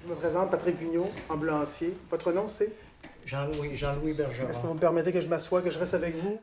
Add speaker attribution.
Speaker 1: Je me présente, Patrick Vigneault, ambulancier. Votre nom, c'est
Speaker 2: Jean-Louis Jean-Louis Bergeron.
Speaker 1: Est-ce que vous me permettez que je m'assoie, que je reste avec vous